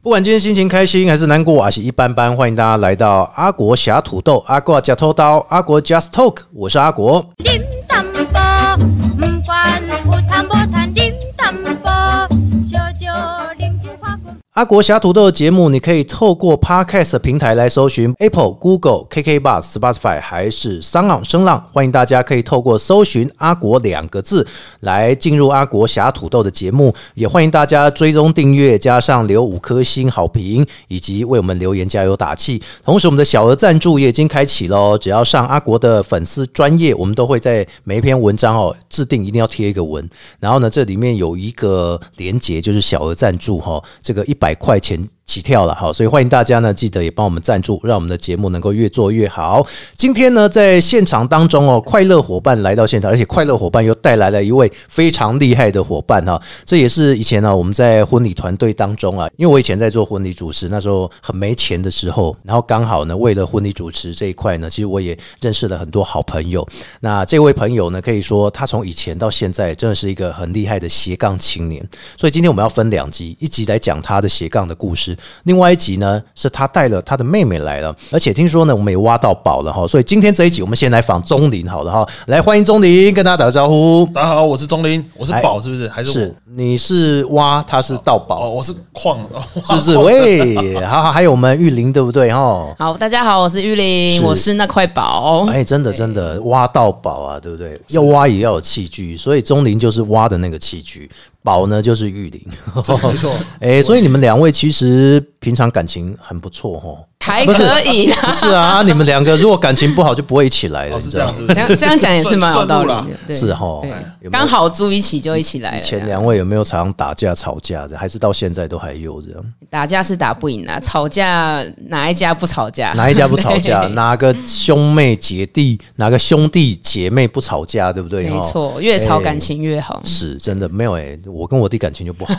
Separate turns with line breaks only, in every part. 不管今天心情开心还是难过，还是一般般，欢迎大家来到阿国侠土豆、阿国假偷刀、阿国 Just Talk，我是阿国。
điểm tâm bò Mùm quan u tham bò than điểm tâm bò Cho cho điểm chữ khoa cùng
阿国侠土豆的节目，你可以透过 Podcast 的平台来搜寻 Apple、Google、KK Bus、Spotify 还是商浪声浪，欢迎大家可以透过搜寻“阿国”两个字来进入阿国侠土豆的节目，也欢迎大家追踪订阅，加上留五颗星好评，以及为我们留言加油打气。同时，我们的小额赞助也已经开启喽，只要上阿国的粉丝专业，我们都会在每一篇文章哦制定一定要贴一个文，然后呢，这里面有一个连结，就是小额赞助哈、这个一百块钱起跳了哈，所以欢迎大家呢，记得也帮我们赞助，让我们的节目能够越做越好。今天呢，在现场当中哦，快乐伙伴来到现场，而且快乐伙伴又带来了一位非常厉害的伙伴哈、这也是以前呢、我们在婚礼团队当中啊，因为我以前在做婚礼主持，那时候很没钱的时候，然后刚好呢，为了婚礼主持这一块呢，其实我也认识了很多好朋友。那这位朋友呢，可以说他从以前到现在真的是一个很厉害的斜杠青年。所以今天我们要分两集，一集来讲他的斜杠的故事，另外一集呢是他带了他的妹妹来了，而且听说呢我们也挖到宝了哈。所以今天这一集我们先来访钟林好了哈，来欢迎钟林，跟大家打个招呼。
大家好，我是钟林，我是
哎
宝，是不是？还是我
是，你是挖，他是盗
哦，
宝，
我是矿， 哦
是不是？喂，好好，还有我们玉林对不对哈？
好，大家好，我是玉
是
玲，我是那块宝。
哎，真的真的挖到宝啊，对不对？要挖也要有器具，所以钟林就是挖的那个器具，宝呢就是玉林，
哦没 错。
哎，所以你们两位其实平常感情很不错哦。
还可以 啦，
不是啊，你们两个如果感情不好就不会一起来了，
哦，
你
是
知
这
道
样，
吗
是？不
这
是？
样这样讲也是蛮有道
顺路
理
啦
的，对
是齁
对
哎有没有
刚好住一起就一起来
以前
了。
两位有没有常常打架吵架的？还是到现在都还有这样？
打架是打不赢啊，吵架哪一家不吵 架？
哪一家不吵架？
对
哪个兄妹姐弟，哪个兄弟姐妹不吵架，对不对？
没
齁
错，越吵
哎
感情越好。
是真的没有哎、我跟我弟感情就不好，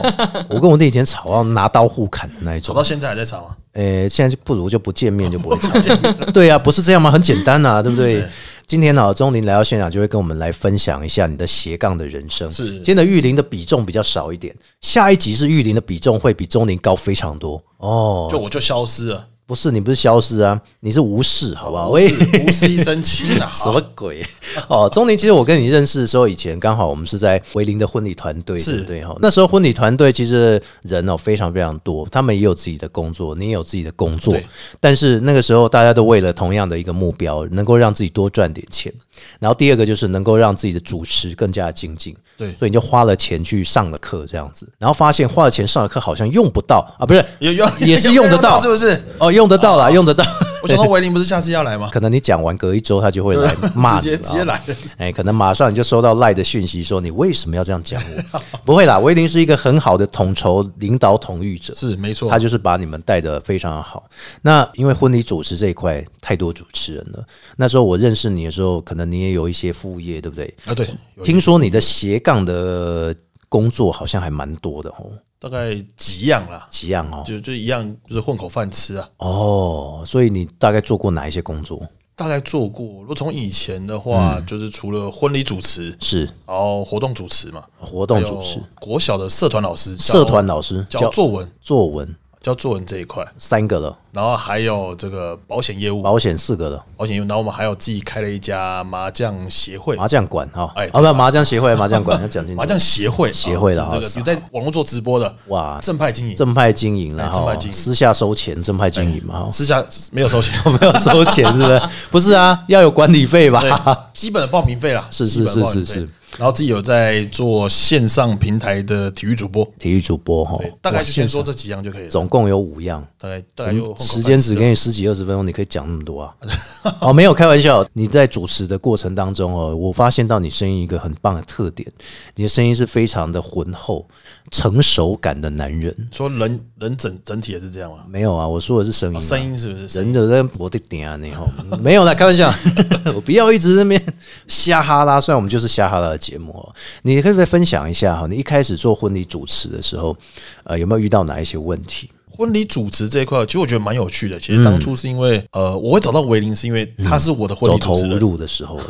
我跟我弟以前吵到拿刀互砍的那一
走
种
到，现在还在吵啊，
诶、现在就不如就不见面就不会吵架。 对啊，不是这样吗？很简单啊，对不对？今天呢、钟林来到现场就会跟我们来分享一下你的斜杠的人生。
是
今天的玉林的比重比较少一点，下一集是玉林的比重会比钟林高非常多哦。
就我就消失了，
不是你不是消失啊，你是无视，好不好？
我
喂。
是无事一身轻 啊。
什么鬼？哦，钟林，其实我跟你认识的时候，以前刚好我们是在维林的婚礼团队，
是
对不对？哈，那时候婚礼团队其实人哦非常非常多，他们也有自己的工作，你也有自己的工作
对，
但是那个时候大家都为了同样的一个目标，能够让自己多赚点钱，然后第二个就是能够让自己的主持更加的精进。
对
所以你就花了钱去上了课，这样子，然后发现花了钱上了课好像用不到啊，不是
有有
也是用得 到
是不是？
哦，用得到啦，用得到。
我想到维林不是下次要来吗？
可能你讲完隔一周，他就会来骂
直
你
接
了
直接来了，
哎，可能马上你就收到赖的讯息，说你为什么要这样讲我？不会啦，威林是一个很好的统筹、领导、统御者，
是没错
他。 就是把你们带得非常好。那因为婚礼主持这一块太多主持人了，那时候我认识你的时候，可能你也有一些副业，对不对？
啊，对，有
听说你的斜杠的工作好像还蛮多的哦，
大概几样啦，
几样哦，
就就一样，就是混口饭吃啊。
哦，所以你大概做过哪一些工作？
大概做过，如果从以前的
嗯
话，就是除了婚礼主持，
是
然后活动主持嘛，
活动主持
还有、国小的社团老师，教
社团老师、
教作文，
作文
教作文这一块，
三个了，
然后还有这个保险业务，
保险四个了。
保险业务，然后我们还有自己开了一家麻将协会，
麻将馆哈，
哎
啊，不，麻将协会，麻将 馆要讲清楚。
麻将协会
协会啦
啊是
好
这个有在网络做直播的，
哇，
正派经营，
正派经营了
哎正派
哈
经，营哎
私下收钱，正派经营嘛哈，
私下没有 收钱，
没有收钱是 不是？不是啊，要有管理费吧？
对，基本的报名费啦，
是是
基本的报名
是
费
是是，
然后自己有在做线上平台的体育主播，
体育主播哈
对，，大概
哦哇
就先说，
现
这几样就可以
在
了，
总共有五样。
大概
我
大概
们
就
嗯时间只给
你
你十几二十分钟，你可以讲那么多啊！ 哦，没有开玩笑，你在主持的过程当中哦，我发现到你声音一个很棒的特点，你的声音是非常的浑厚、成熟感的男人。
说人人整整体也是这样吗？
没有啊，我说的是声音
哦
啊，
声音是不是？
人就在我的顶啊，你吼， 没有啦，开玩笑， 我不要一直在那边瞎哈拉。虽然我们就是瞎哈拉的节目哦，你可不可以分享一下哈？你一开始做婚礼主持的时候，呃，有没有遇到哪一些问题？
婚礼主持这一块，其实我觉得蛮有趣的。其
嗯
实当初是因为，呃，我会找到维林，是因为他是我的婚
走
礼主
投
持
无
人，
路的时候了，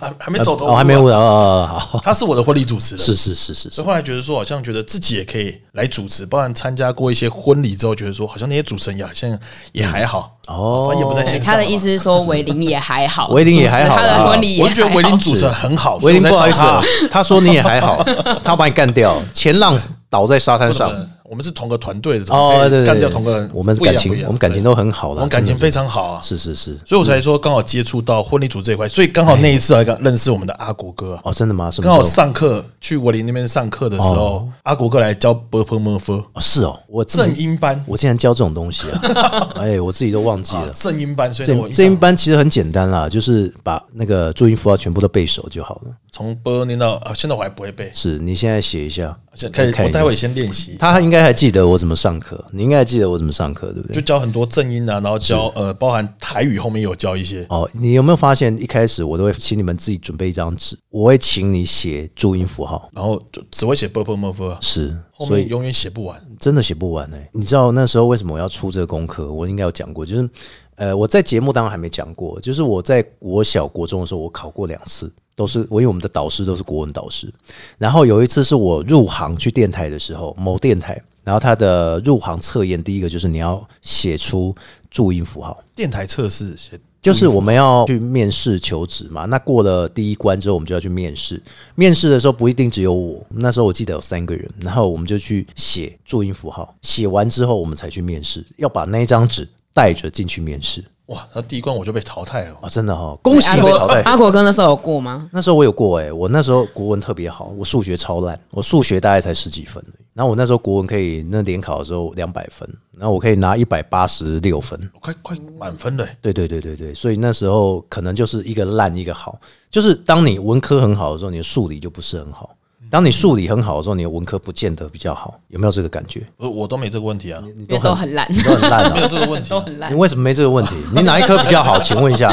还还没 走投无路
哦，
啊，
还没有，哦，好，
他是我的婚礼主持人，
是是是是
所
是
以，后来觉得说，好像觉得自己也可以来主持，不然参加过一些婚礼之后，觉得说好像那些主持人也好像也还好，
哦
反正也不在
对
线上嘛。
哎他的意思是说，维林也 还好，
维林也还好啊
主持他
啦
的婚礼也
我
还
就
好，
觉得维林主持人很好，
维林
所以
不
我
好意
在找
思
他
啊，他说你也还 好，他把你干掉，前浪倒在沙滩
不是
上
不。是我们是同个团队的，怎么
哦，
可以
对对对，
干掉同个人，
我们
不一样
感情
不一样
我们感情
对
都很好
我
了，
们感情
真的
非常好啊，
是是是
所以我才说刚好接触到婚礼组这一块，所以刚好那一次啊，认识我们的阿国哥啊，
哦，真的吗？什么
刚好
时候？
上课去维林那边上课的时候，阿国哥来教 b u r p l e m u r p h
哦是哦，我这
正音班
我竟然教这种东西啊！ 哎，我自己都忘记
啊
了，。
正音班，所以我
这这一班其实很简单啦，就是把那个注音符号全部都背熟就好了。
从 b 念到啊，现在我还不会背，
是你现在写一下，
现在开
看一
始我
下
待会先练习，
他应该还记得我怎么上课，你应该还记得我怎么上课，对不
就
对？
教很多正音啊，然后教呃，包含台语后面也有教一些，
哦，你有没有发现一开始我都会请你们自己准备一张纸，我会请你写注音符号，
然后就只会写 b u r p l e m u r p h
是，
后
所以
面永远写不完，
真的写不完哎、你知道那时候为什么我要出这个功课？我应该有讲过，就是呃，我在节目当然还没讲过，就是我在国小、国中的时候，我考过两次，都是我因为我们的导师都是国文导师，然后有一次是我入行去电台的时候，某电台，然后他的入行测验第一个就是你要写出注音符号。
电台测试写。
就是我们要去面试求职嘛，那过了第一关之后，我们就要去面试。面试的时候不一定只有我，那时候我记得有三个人，然后我们就去写注音符号，写完之后我们才去面试，要把那一张纸带着进去面试
哇，那第一关我就被淘汰了
啊、，真的哦，恭喜
阿
你被
国
淘汰。
阿国哥那时候有过吗？
那时候我有过哎、我那时候国文特别好，我数学超烂，我数学大概才十几分而已。然后我那时候国文可以那联考的时候两百分，然后我可以拿一百八十六分，
我快快满分了欸。
对对对对对，所以那时候可能就是一个烂一个好，就是当你文科很好的时候，你的数理就不是很好；
嗯
当你数理很好的时候，你的文科不见得比较好，有没有这个感觉？
我我都没这个问题啊，
你
因为都很烂，
都很烂
没有
啊！
这个问题
都，很烂
你。为什么没这个问题？你哪一科比较好？请问一下，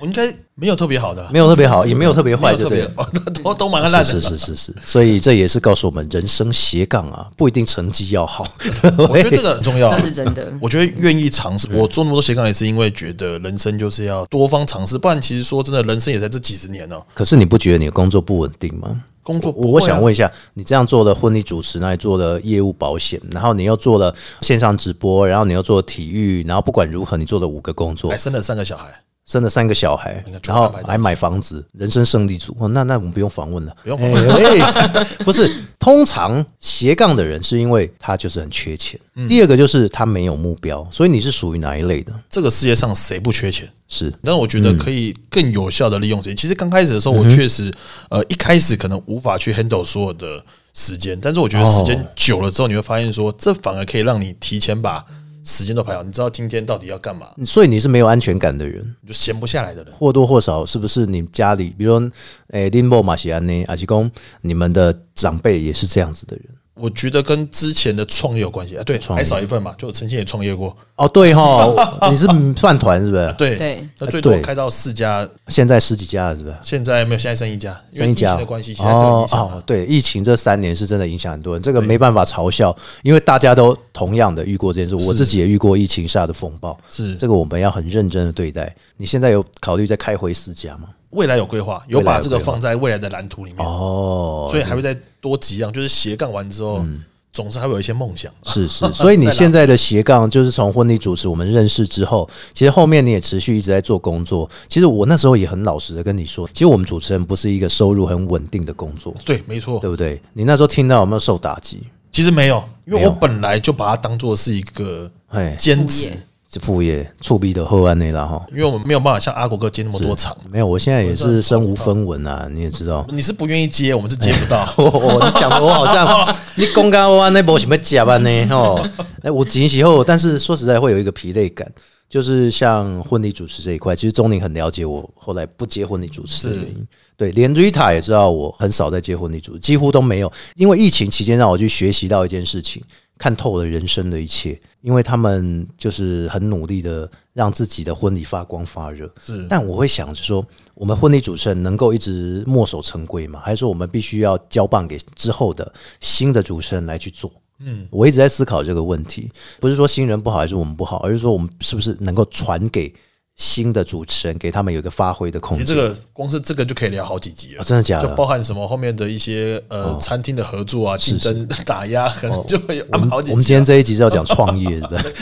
我应该没有特别好的啊，
没有特别好，也没有特别
没
坏，
有
对
特
不
别
对？，
哦都都都蛮烂的。
是是是是是，所以这也是告诉我们，人生斜杠啊，不一定成绩要好。
我觉得这个很重要啊
这。是真的。
我觉得愿意尝
嗯
试，我做那么多斜杠也是因为觉得人生就是要多方尝试，不然其实说真的，人生也才这几十年哦。
可是你不觉得你的工作不稳定吗？
工作不会
我我
啊
想问一下，你这样做了婚礼主持，那你做了业务保险，然后你又做了线上直播，然后你又做了体育，然后不管如何，你做了五个工作
还，生了三个小孩，
生了三个小孩
应该，全
然
部
后
安排在一起
还买房子，人生胜利组。哦，那那我们不用访问了，
不用
哎
访问
哎 不是，通常斜杠的人是因为他就是很缺钱，
嗯
第二个就是他没有目标，所以你是属于哪一类的？
这个世界上谁不缺钱？
是
但我觉
嗯
得可以更有效的利用时间。其实刚开始的时候，我确实呃一开始可能无法去 handle 所有的时间，但是我觉得时间
哦
久了之后，你会发现说，这反而可以让你提前把时间都排好。你知道今天到底要干嘛，
所以你是没有安全感的人。
你就闲不下来的人。
或多或少是不是你家里，比如说，诶、林某马西安呢，阿吉公，你们的长辈也是这样子的人
我觉得跟之前的创业有关系啊，对，
业
还少一份嘛，就陈信也创业过，
哦，对哈， 你是饭团是不是？
对
对
那最多
啊对
开到四家，
现在十几家了是不是？
现在没有，现在剩一家，因为
剩一
疫
家
情的关系，现在只有一家
哦
嘛
哦，，对，疫情这三年是真的影响很多人，这个没办法嘲笑，因为大家都同样的遇过这件事，我自己也遇过疫情下的风暴，
是
这个我们要很认真的对待。你现在有考虑再开回四家吗？
未来有规划，有
未来有
把这个
规划
放在未来的蓝图里面，
哦，嗯
所以还会再多几样，就是斜杠完之后，总是还会有一些梦想。
是是，所以你现在的斜杠就是从婚礼主持我们认识之后，其实后面你也持续一直在做工作。其实我那时候也很老实的跟你说，其实我们主持人不是一个收入很稳定的工作，
对，没错
对，不对？你那时候听到有没有受打击？
其实没有，因
没
为
有
我本来就把它当做是一个
哎，
兼
副
职，
业
这副业触壁的后岸内啦哈。
因为我们没有办法像阿国哥接那么多场，
没有，我现在也是身无分文啊，你也知道。
你是不愿意接，我们是接 不 到。
我哦我你讲的我好像你公干我那波什么假班呢？哦，哎，我几喜后，但是说实在会有一个疲累感，就是像婚礼主持这一块，其实钟宁很了解我后来不接婚礼主持的原因。对，连 Rita 也知道我很少在接婚礼主持，几乎都没有，因为疫情期间让我去学习到一件事情，看透了人生的一切。因为他们就是很努力的让自己的婚礼发光发热，
是
但我会想着说，我们婚礼主持人能够一直墨守成规吗？还是说我们必须要交棒给之后的新的主持人来去做？嗯，我一直在思考这个问题，不是说新人不好还是我们不好，而是说我们是不是能够传给新的主持人，给他们有一个发挥的空
其实
间。
这个光是这个就可以聊好几集
啊
了，
真的假
就
的？
包含什么后面的一些
哦
呃餐厅的合作啊、竞争 打压，可能就会有
我
安
们
排好几集啊。
我们今天这一集是要讲创业的。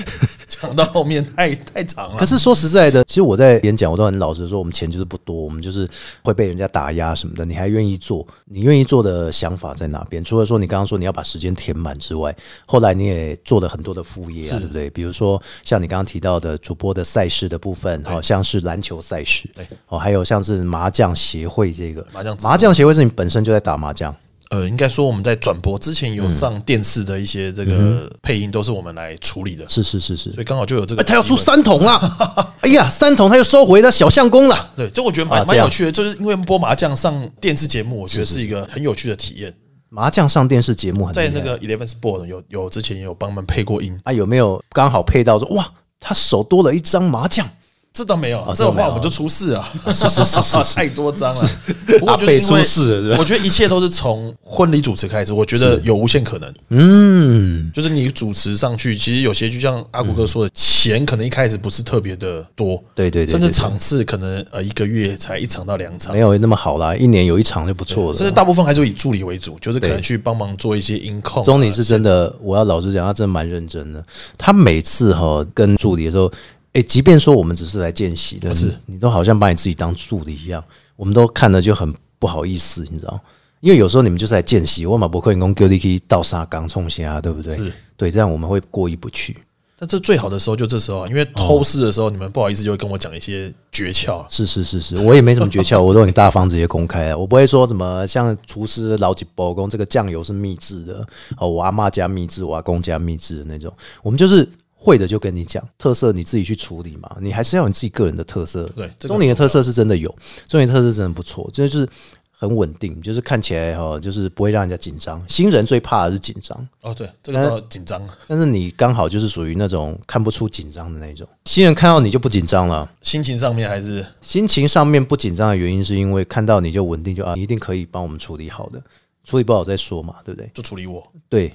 讲到后面太太长
可
了，
是说实在的，其实我在演讲，我都很老实说，我们钱就是不多，我们就是会被人家打压什么的。你还愿意做？你愿意做的想法在哪边？除了说你刚刚说你要把时间填满之外，后来你也做了很多的副业啊，对不对？比如说像你刚刚提到的主播的赛事的部分，好、像是篮球赛事
对，
哦，还有像是麻将协会这个
麻将
麻将协会是你本身就在打麻将，
呃，应该说我们在转播之前有上电视的一些这个配音都是我们来处理的，
是是是是
所。以刚好就有这
嗯哎
个机
他
会。
要出三桶
啊
啦！ 哎呀，三桶他又收回了小相公了。
对，这我觉得
啊
蛮
这
蛮
样
有趣的，就是因为播麻将上电视节目，我觉得是一个很有趣的体验。
麻将上电视节目很厉害
在那个 Eleven Sport 有有之前也有帮他们配过音，
啊，有没有刚好配到说哇，他手多了一张麻将？
这倒没有，
哦
这
这
种
倒没有
话我们就出事啊，
是是是是是
太多张了。不过就
阿
是
贝
因为
出事了是吧
我觉得一切都是从婚礼主持开始，我觉得有无限可能。
嗯，
就是你主持上去，其实有些就像阿古哥说的，钱可能一开始不是特别的多，
对对对对
甚至
对
场次可能呃一个月才一场到两场
没。有那么好啦，一年有一场就不错
甚至
了。
大部分还是以助理为主，就是可
对
能去帮忙做一些音控啊。
钟你是真的，我要老实讲，他真的蛮认真的。他每次哈、跟助理的时候，诶，即便说我们只是来见习的，
是
你你都好像把你自己当助理一样，我们都看了就很不好意思，你知道。因为有时候你们就是来见习，我马不克你工 g u i l y 倒沙缸冲虾，对不对
是？
对，这样我们会过意不去。
但这最好的时候就这时候啊，因为偷师的时候，你们不好意思就会跟我讲一些诀窍。啊
是是是是，我也没什么诀窍，我都很大方直接公开啊，我不会说什么像厨师老几包公这个酱油是秘制的哦，我阿嬷家秘制，我阿公家秘制的那种，我们就是。会的就跟你讲，特色你自己去处理嘛，你还是要有你自己个人的特色。
对这个
中年的特色是真的有，中年的特色真的不错，这就是很稳定，就是看起来哈、哦，就是不会让人家紧张。新人最怕的是紧张，
哦，对，这
哎
个都要紧张。
但是你刚好就是属于那种看不出紧张的那种，新人看到你就不紧张了。
心情上面还是
心情上面不紧张的原因，是因为看到你就稳定，就啊，你一定可以帮我们处理好的，处理不好再说嘛，对不对？
就处理我，
对，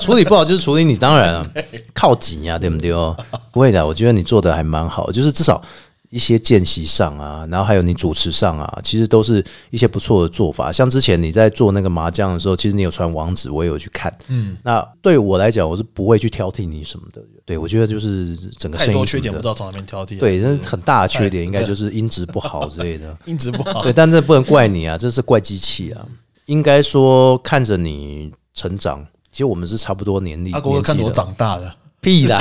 处理不好就是处理你，当然 啊，靠紧呀、对不对哦？不会的，我觉得你做的还蛮好，就是至少一些见习上啊，然后还有你主持上啊，其实都是一些不错的做法。像之前你在做那个麻将的时候，其实你有传网址，我也有去看。嗯，那对我来讲，我是不会去挑剔你什么的。对，我觉得就是整个
太
声
多
音
缺点嗯哎
什么的。
不知道从哪边挑剔。啊
对，这是很大的缺点，
太
应该就是音质不好之类 的。
音质不 好
对，，但这不能怪你啊，这是怪机器啊。应该说看着你成长，其实我们是差不多年龄。
阿国哥看着我
年纪的
长大了，
屁 啦，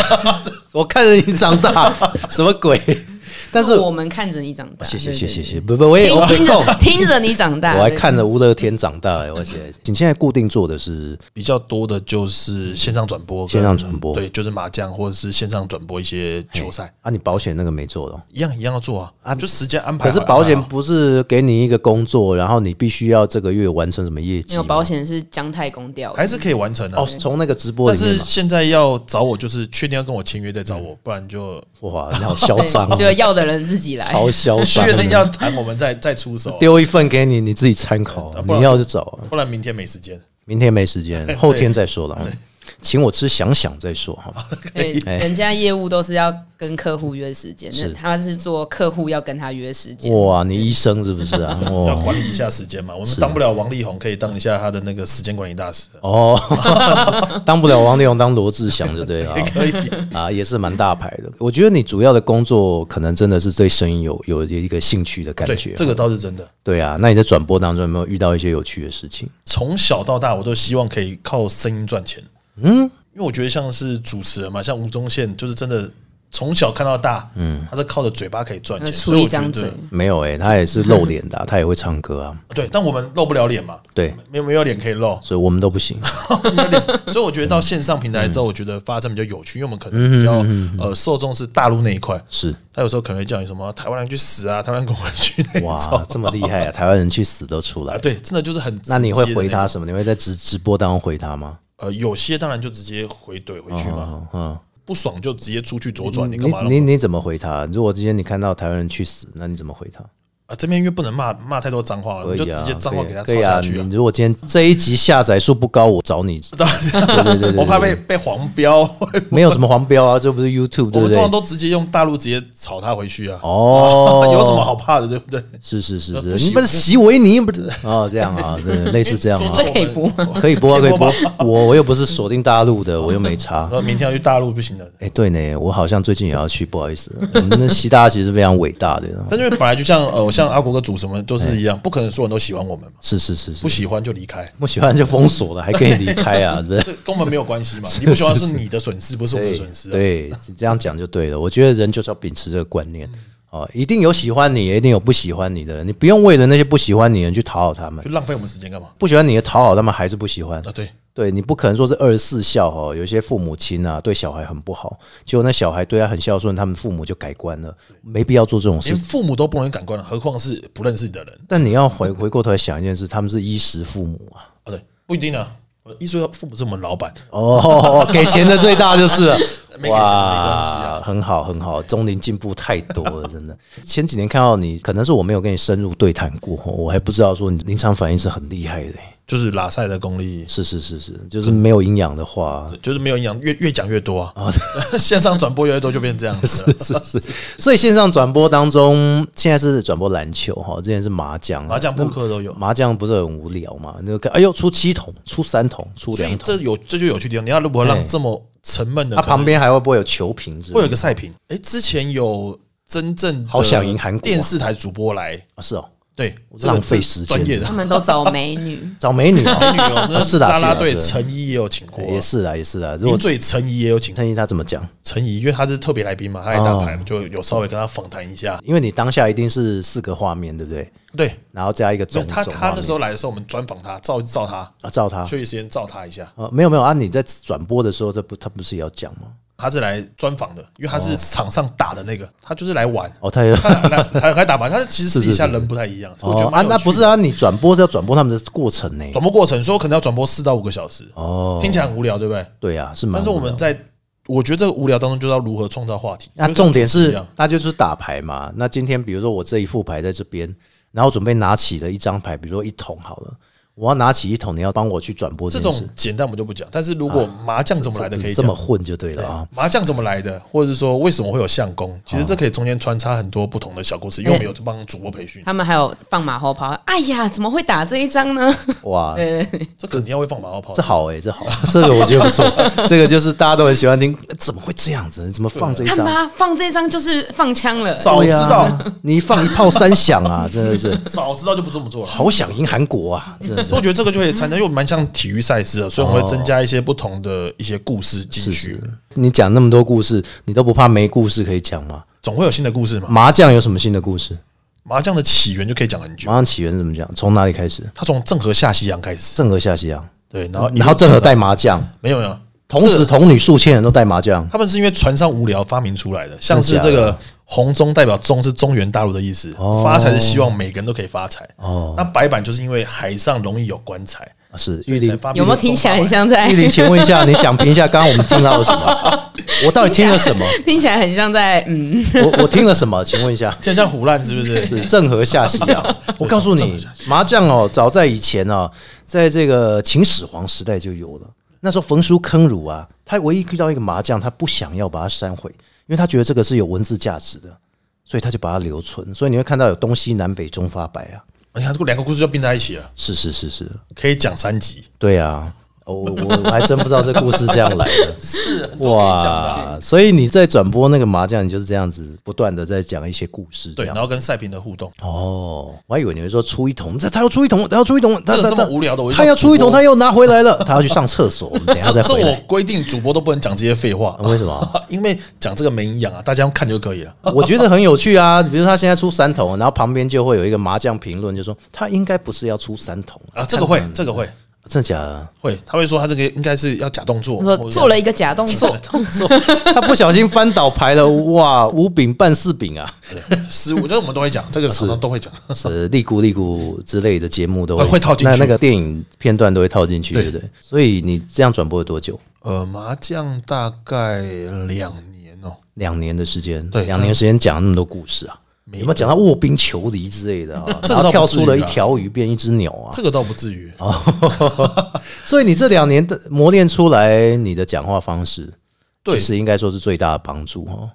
我看着你长大，什么鬼？ 但是
哦
哦
我们看着你长大，
谢谢
对
谢
对
谢
对
谢，不不，我也我
听听着听着你长大，
我还
对
看着吴乐天长大、欸，我写。你现在固定做的是
比较多的就是线上转播跟，
线上转播
对，就是麻将或者是线上转播一些球赛，
啊，你保险那个没做哦。
一样一样要做
啊
啊，就时间安排
可
好。
是保险
安排好
不是给你一个工作，然后你必须要这个月完成什么业绩吗？
没有保险是姜太公掉的，
还是可以完成的、
哦，从那个直播
但
里面
是
嘛。嗯
现在要找我，就是确定要跟我签约再找我，不然就
哇，你好嚣
对
张哦，
就要的人 自己来。
好嚣张哦，
确定要谈，我们再再出手，
丢一份给你，你自己参考
啊。不然
你要就找啊，
不然明天没时间。
明天没时间，后天再说了啊。请我吃想想再说好吧？
对，人家业务都是要跟客户约时间，
是
那他是做客户要跟他约时间。
哇，你医生是不是啊？
要
哇
管理一下时间嘛，我们
啊
当不了王力宏，可以当一下他的那个时间管理大师，
哦， 当不了王力宏，当罗志祥就对 了啊
可以。
啊，也是蛮大牌的。我觉得你主要的工作可能真的是对声音有有一个兴趣的感
对，
觉。啊
这个倒是真的。
对啊，那你在转播当中有没有遇到一些有趣的事情？
从小到大，我都希望可以靠声音赚钱。
嗯，
因为我觉得像是主持人嘛，像吴宗宪，就是真的从小看到大，嗯，他是靠着嘴巴可以赚钱，
呃
所
出
以
一
我觉
张
得
嘴，
没有诶、他也是露脸的啊、他也会唱歌啊。
对，但我们露不了脸嘛，
对，
没有没有脸可 以露，
所以我们都不行。
所以我觉得到线上平台之后，我觉得发展比较有趣，因为我们可
嗯
能比较呃受众是大陆那一块，
是
他有时候可能会叫你什么台湾人去死啊，台湾人滚回去那
哇
种，
这么厉害啊！台湾人去死都出来
啊，。对，真的就是很直接
那
的
你
那种。
会回他什么？你会在直直播当中回他吗？
呃，有些当然就直接回怼回去嘛，
嗯嗯，
不爽就直接出去左转，你干
你
嘛呢？
你你怎么回他？如果今天你看到台湾人去死，那你怎么回他？
啊，这边因为不能骂骂太多脏话，
可
你就
以
直
啊，
接脏话给他
可
抄
以啊
下去
可以啊。 你如果今天这一集下载数不高，我找你，对对对对
我怕被被黄标， 我
没有什么黄标啊，这不是 YouTube 对不
们通
对
常？都直接用大陆直接炒他回去啊。
哦
有什么好怕的，对不对？
是是是
呃不
是，
行
你不是席维尼不是？哦，这样 啊，对，类似这样
说
啊
这，可以播吗？
可以播 啊，可
可
以
以
播
播。
我我又不是锁定大陆的，我又没差
然。后明天要去大陆不行的，
哎，对呢，我好像最近也要去，不好意思，我们的习大大其实非常伟大的，
但因为本来就像呃，像阿国哥组什么都是一样，不可能所有人都喜欢我们嘛，
是是是
不
是，
喜欢就 离开，
不喜欢就封锁了，还可以离开啊，是不是？
这跟我们没有关系嘛。你不喜欢是你的损失，不是我们
对
的损失啊。
对，这样讲就对了。我觉得人就是要秉持这个观念哦，一定有喜欢你，也一定有不喜欢你的人，你不用为了那些不喜欢你的人去讨好他们
就。浪费我们时间干嘛？
不喜欢你的讨好，他们还是不喜欢
啊，。对，
对你不可能说是二十四孝哦，有一些父母亲啊对小孩很不好，结果那小孩对他很孝顺，他们父母就改观了，没必要做这种事
连
情。
父母都不容易感官了，何况是不认识你的人
但你要回回过头来想一件事，他们是衣食父母啊，
啊？对，不一定啊。我一说到父母是我们老板，
哦，给钱的最大就是了。
没给钱没关系啊。
很好很好，中年进步太多了，真的。前几年看到你，可能是我没有跟你深入对谈过，我还不知道说你临场反应是很厉害的。
就是拉塞的功力，
是是是是，就是没有营养的话，
就是没有营养，越越讲越多 啊。线上转播越来越多，就变成这样子了。
哦 是是，所以线上转播当中，现在是转播篮球哈，之前是麻将，
麻将、扑克都有，
麻将不是很无聊嘛？你就看，哎呦，出七筒，出三筒，出
所以
两筒，
这有这就有趣的地方。你要如何
哎
让这么沉闷的
它、
可能
旁边还会不会有球瓶之类的？
会有一个赛评？哎，之前有真正的
好想赢韩国啊
电视台主播来，
啊是哦，
对，这个
浪费时间
专业的
他们都找美 女，
找美女、 哦，
美女哦，那
是的
啦
是的
啦队
是的
陈怡也有请过啊，
也是啦也是啦。如
名
果
嘴陈怡也有请过
陈怡他怎么讲？
陈怡，因为他是特别来宾嘛，他来打牌
哦
就有稍微跟他访谈一下。
因为你当下一定是四个画面，对不对？
对，
然后加一个
所以
总
他
总
他
画
那
面
时候来的时候，我们专访他，照照他，
啊，照他
休息时间照他一下。
啊，没有没有啊，你在转播的时候，这不他不是也要讲吗？
他是来专访的，因为他是场上打的那个，他就是来玩。
哦，他也
他来来来打牌，他其实私底下
是是是
人不太一样。我觉
哦啊，
得蛮有
那
趣
不是
的
啊，你转播是要转播他们的过程呢。
转播过程，说可能要转播四到五个小时，
哦，
听起来很无聊，对不对？
对啊，是蛮无聊的。
但是我们在，我觉得这个无聊当中，就要如何创造话题。
那
就跟
啊重点
主持一
是
样，
那就是打牌嘛。那今天比如说我这一副牌在这边，然后准备拿起了一张牌，比如说一筒好了，我要拿起一筒，你要帮我去转播
这
件
种
事
简单我们就不讲，但是如果麻将怎么来的，可以
啊这
讲
么。混就对了啊。
麻将怎么来的，或者是说为什么会有相公？其实这可以中间穿插很多不同的小
哦
故事，因为我们有帮主播培训，
哎
他们还有放马后炮。哎呀，怎么会打这一张呢？
哇，
对对对，
这肯定要会放马后炮
这。好哎、这好，这个我觉得不错，这个就是大家都很喜欢听。呃怎么会这样子？你怎么放这一
看
张？
吧，放这一张就是放枪了。
早知道，
对啊你一放一炮三响啊，真的 是
早知道就不这么做了。
好想赢韩国啊，真的是
所以我觉得这个就可以参加，因为蛮像体育赛事的，所以我们会增加一些不同的一些故事进
哦是
去
是，。你讲那么多故事，你都不怕没故事可以讲吗？
总会有新的故事嘛。
麻将有什么新的故事？
麻将的起源就可以讲很久
麻，将起源怎么讲？从哪里开始？
它从郑和下西洋开始，
郑和下西洋，
对，然后
嗯然后郑和带
代
麻将，
没有没有，
童
这
子
个
童女数千人都带麻将。
他们是因为船上无聊发明出来的，像是这
真的
个红中代表中是中原大陆的意思，
哦
发财是希望每个人都可以发财。
哦
那白板就是因为海上容易有棺材，
啊是
所
玉
以才
林，
发明
有没有听起来很像在
玉？林，请问一下，你讲评一下刚刚我们听到了什么？我到底听了什么？
听起来很像在嗯，
我我听了什么？请问一下。
现在像胡乱是不 是？
是郑和下西洋。我告诉
啊郑和
你
下，
麻将哦，早在以前哦，在这个秦始皇时代就有了。那时候焚书坑儒啊，他唯一遇到一个麻将，他不想要把它删毁，因为他觉得这个是有文字价值的，所以他就把它留存。所以你会看到有东西南北中发白啊，
你哎看这两个故事就并在一起了，
是是是是，
可以讲三集。
对啊。哦我我我还真不知道这故事这样来的，
是哇，
哇！所以你在转播那个麻将，你就是这样子不断的在讲一些故事，这
对，
样
然后跟赛评的互动，
哦，我还以为你会说出一桶，这他要出一桶，他要出一桶，他
这
他
这么无聊的我
他
就
他要出一
主
桶，
播
他又拿回来了，他 要去上厕所，我们等一下
这
再
这
回
我
来。
规定主播都不能讲这些废话
啊，为什么？
因为讲这个没营养啊，大家看就可以了。
我觉得很有趣啊，比如他现在出三桶，然后旁边就会有一个麻将评论，就说他应该不是要出三桶，
啊，这个会，这个会
真的假 的？
会，他会说他这个应该是要假动作，
我说
或者
做了一个假动作，
他不小心翻倒牌了， 哇，五饼半四饼啊，
失误，这我们都会讲，这个常常 都会讲。
是利姑利姑之类的节目都
会会套进
那
去
那个电影片段都会套进去，对
对
不对？所以你这样转播了多久？
呃，麻将大概两年哦、
两年的时间，
对
两年时间讲那么多故事啊。
没
有没有讲到卧冰求离之类的啊？
这个
然后
倒不
跳
至
出
于
了一
啊
条鱼变一只鸟啊！
这个倒不至于。
所以你这两年的磨练出来，你的讲话方式，
对
其实应该说是最大的帮助哦。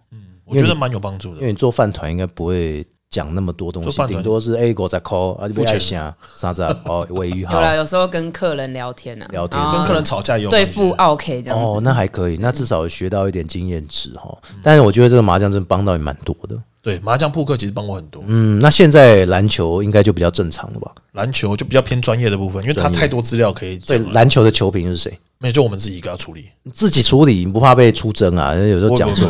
我觉得蛮有帮助
因
的。
为你做饭团应该不会讲那么多东
做
西，
饭团
顶多是哎我在 call 啊，你
付
不
钱
爱下啥子啊， 哦喂鱼好
有啦，有时候跟客人聊天啊，
聊天
然后
跟
跟客人吵架有
对
关系
付 OK 这样子。
哦，那还可以，
嗯
那至少有学到一点经验值哈。但是我觉得这个麻将真的帮到你蛮多的。
对麻将扑克其实帮我很多，
嗯，那现在篮球应该就比较正常了吧？
篮球就比较偏专业的部分，因为它太多资料可以
所以
讲了，
篮球的球评是谁？
没有就我们自己一个要处理，
你自己处理，你不怕被出征啊？有时候
我
讲错。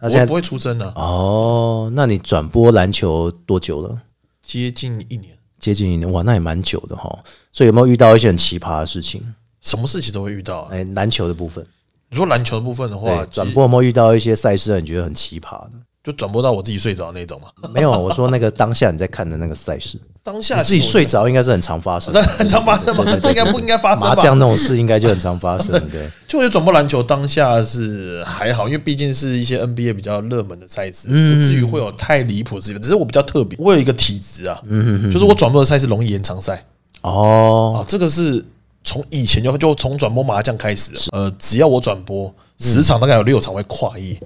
那
我
现在
不会出征啊的，
哦，那你转播篮球多久了？
接近一年，
接近一年，哇，那也蛮久的哈。所以有没有遇到一些很奇葩的事情？
什么事情都会遇到啊。
哎，篮球的部分，
你说篮球的部分的话
对，，转播有没有遇到一些赛事让你觉得很奇葩的？
就转播到我自己睡着那种嘛。
没有，我说那个当下你在看的 那个赛事，
当
你
下
自己
其实我
睡，着应该是很常 发生
这
的。
很常发生嘛，这应该 不应该发生
麻
吧？
将那种事应该就很常发生， 对。
就我觉得转播篮球当下是还好，因为毕竟是一些 NBA 比较热门的赛事，
嗯
不至于会有太离谱的事情。只是我比较特别，我有一个体质啊，
嗯
就是我转播的赛事容易延长赛
哦，
啊，这个是从以前就就从转播麻将开始的，呃，只要我转播
嗯
十场，大概有六场会跨一，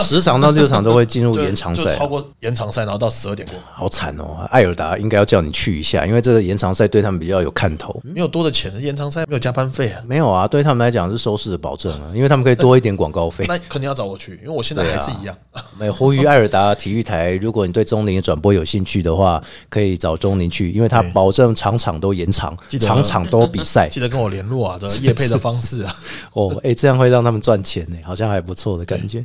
十场到六场都会进入
就
延 长
就
赛啊
超，过延长赛，然后到十二点过，
好惨哦！艾尔达应该要叫你去一下，因为这个延长赛对他们比较有看头。
没有多的钱，延长赛没有加班费啊，
没有啊，对他们来讲是收视的保证啊，因为他们可以多一点广告费。
那肯定要找我去，因为我现在
啊
还是一样。
没有呼吁艾尔达体育台，如果你对钟林转播有兴趣的话，可以找钟林去，因为他保证场场都延长，
记得
场场都比 赛
记得跟我联络啊，这叶配的方式啊，
哦。哎、这样会让他们赚钱呢、好像还不错的感觉。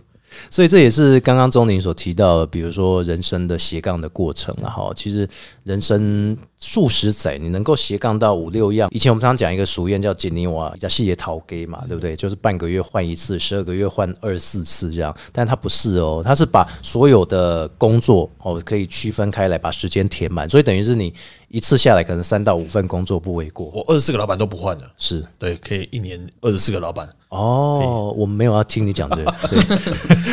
所以这也是刚刚钟林所提到的，比如说人生的斜杠的过程啊，哈，其实人生数十载，你能够斜杠到五六样。以前我们常常讲一个俗谚叫“锦尼瓦”，叫“细野淘给”嘛，对不对？就是半个月换一次，十二个月换二十四次这样。但它不是哦，它是把所有的工作哦可以区分开来，把时间填满。所以等于是你一次下来可能三到五份工作不为过。
我二十四个老板都不换的，
是
对，可以一年二十四个老板。
哦，我们没有要听你讲这个，对，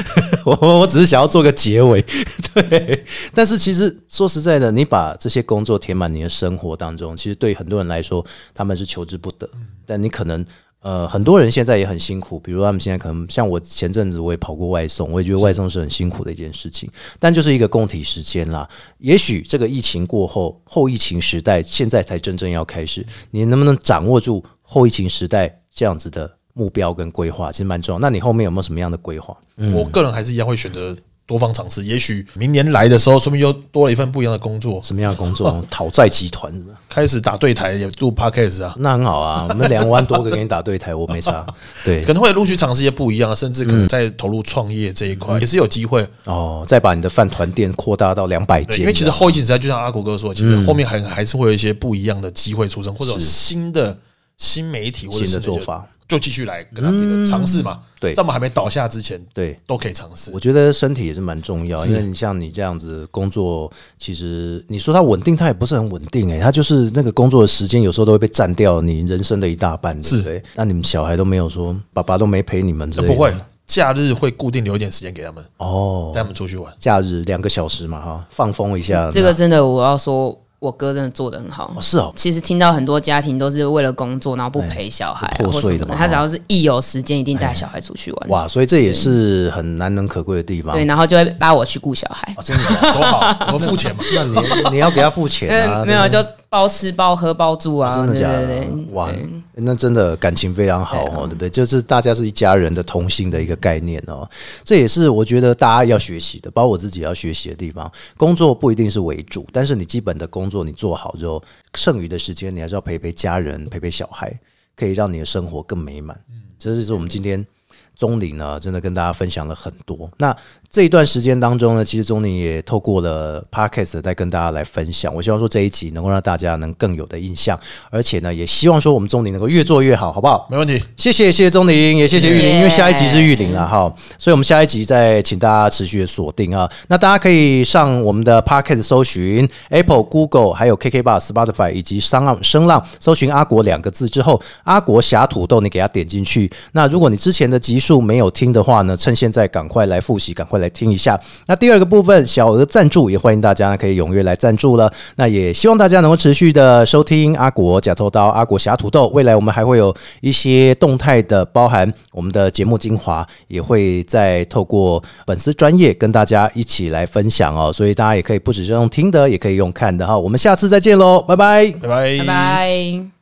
我我只是想要做个结尾， 对。但是其实说实在的，你把这些工作填满你的生活当中，其实对很多人来说，他们是求之不得。但你可能呃，很多人现在也很辛苦，比如他们现在可能像我前阵子我也跑过外送，我也觉得外送是很辛苦的一件事情，但就是一个供体时间啦。也许这个疫情过后，后疫情时代现在才真正要开始，你能不能掌握住后疫情时代这样子的目标跟规划，其实蛮重要。那你后面有没有什么样的规划？
我个人还是一样会选择多方尝试，也许明年来的时候，说明又多了一份不一样的工作，
什么样的工 作？讨债集团是吧？
开始打对台也录 podcast 啊，
那很好啊，我们两万多个给你打对台，我没差。对
可能会陆续尝试一些不一样的，甚至
嗯
可能在投入创业这一块也是有机会。
哦，再把你的饭团店扩大到两百
对，
间，
因为其实后疫情时代，就像阿国哥说，其实
嗯
后面还还是会有一些不一样的机会出生，或者有新的新媒体或者
新的
那些
做法，
就继续来跟他们的尝试嘛。
嗯对
在我们还没倒下之前，
对。
都可以尝试
我。觉得身体也是蛮重要，因为你像你这样子工作，其实你说它稳定，它也不是很稳定诶、它就是那个工作的时间有时候都会被占掉你人生的一大半，对不对？那你们小孩都没有说，爸爸都没陪你们之类的，
呃不会，假日会固定留一点时间给他们，
哦
带。他们出去玩。
假日两个小时嘛，哈，放风一下。
嗯这个真的我要说，我哥真的做的很好
呃哦。是哦，
其实听到很多家庭都是为了工作，然后不陪小孩、啊
破
或什
碎
么
的嘛哦哎
他只要是一有时间，一定带小孩出去玩。
哇，所以这也是很难能可贵的地方。
对，然后就会拉我去顾小孩。
哦，真的假的，
多好，我们付钱嘛。
那你你要给他付钱啊？
嗯，没有，
对
就包吃包喝包住啊，
哦真的假的？嗯
对对对，嗯
哇，那真的感情非常好哦，对不对？就是大家是一家人的同性的一个概念哦，这也是我觉得大家要学习的，包括我自己要学习的地方。工作不一定是为主，但是你基本的工作你做好之后，剩余的时间你还是要陪陪家人，陪陪小孩，可以让你的生活更美满。这就是我们今天。钟林呢，真的跟大家分享了很多。那这一段时间当中呢，其实钟林也透过了 podcast 在跟大家来分享。我希望说这一集能够让大家能更有的印象，而且呢，也希望说我们钟林能够越做越好，好不好？
没问题，
谢谢，谢谢钟林，也谢谢玉
谢
林，
谢
因为下一集是玉林了哈，所以我们下一集再请大家持续的锁定啊。那大家可以上我们的 podcast 搜寻 Apple、Google，还有 KK Bar、Spotify 以及商浪声浪，搜寻阿国两个字之后，阿国侠土豆，你给它点进去。那如果你之前的集数数没有听的话呢，趁现在赶快来复习，赶快来听一下。那第二个部分，小额赞助也欢迎大家可以踊跃来赞助了。那也希望大家能够持续的收听阿国假头刀、阿国侠土豆。未来我们还会有一些动态的，包含我们的节目精华，也会再透过粉丝专业跟大家一起来分享哦。所以大家也可以不只是用听的，也可以用看的哈。我们下次再见喽，拜拜。
拜拜
拜拜。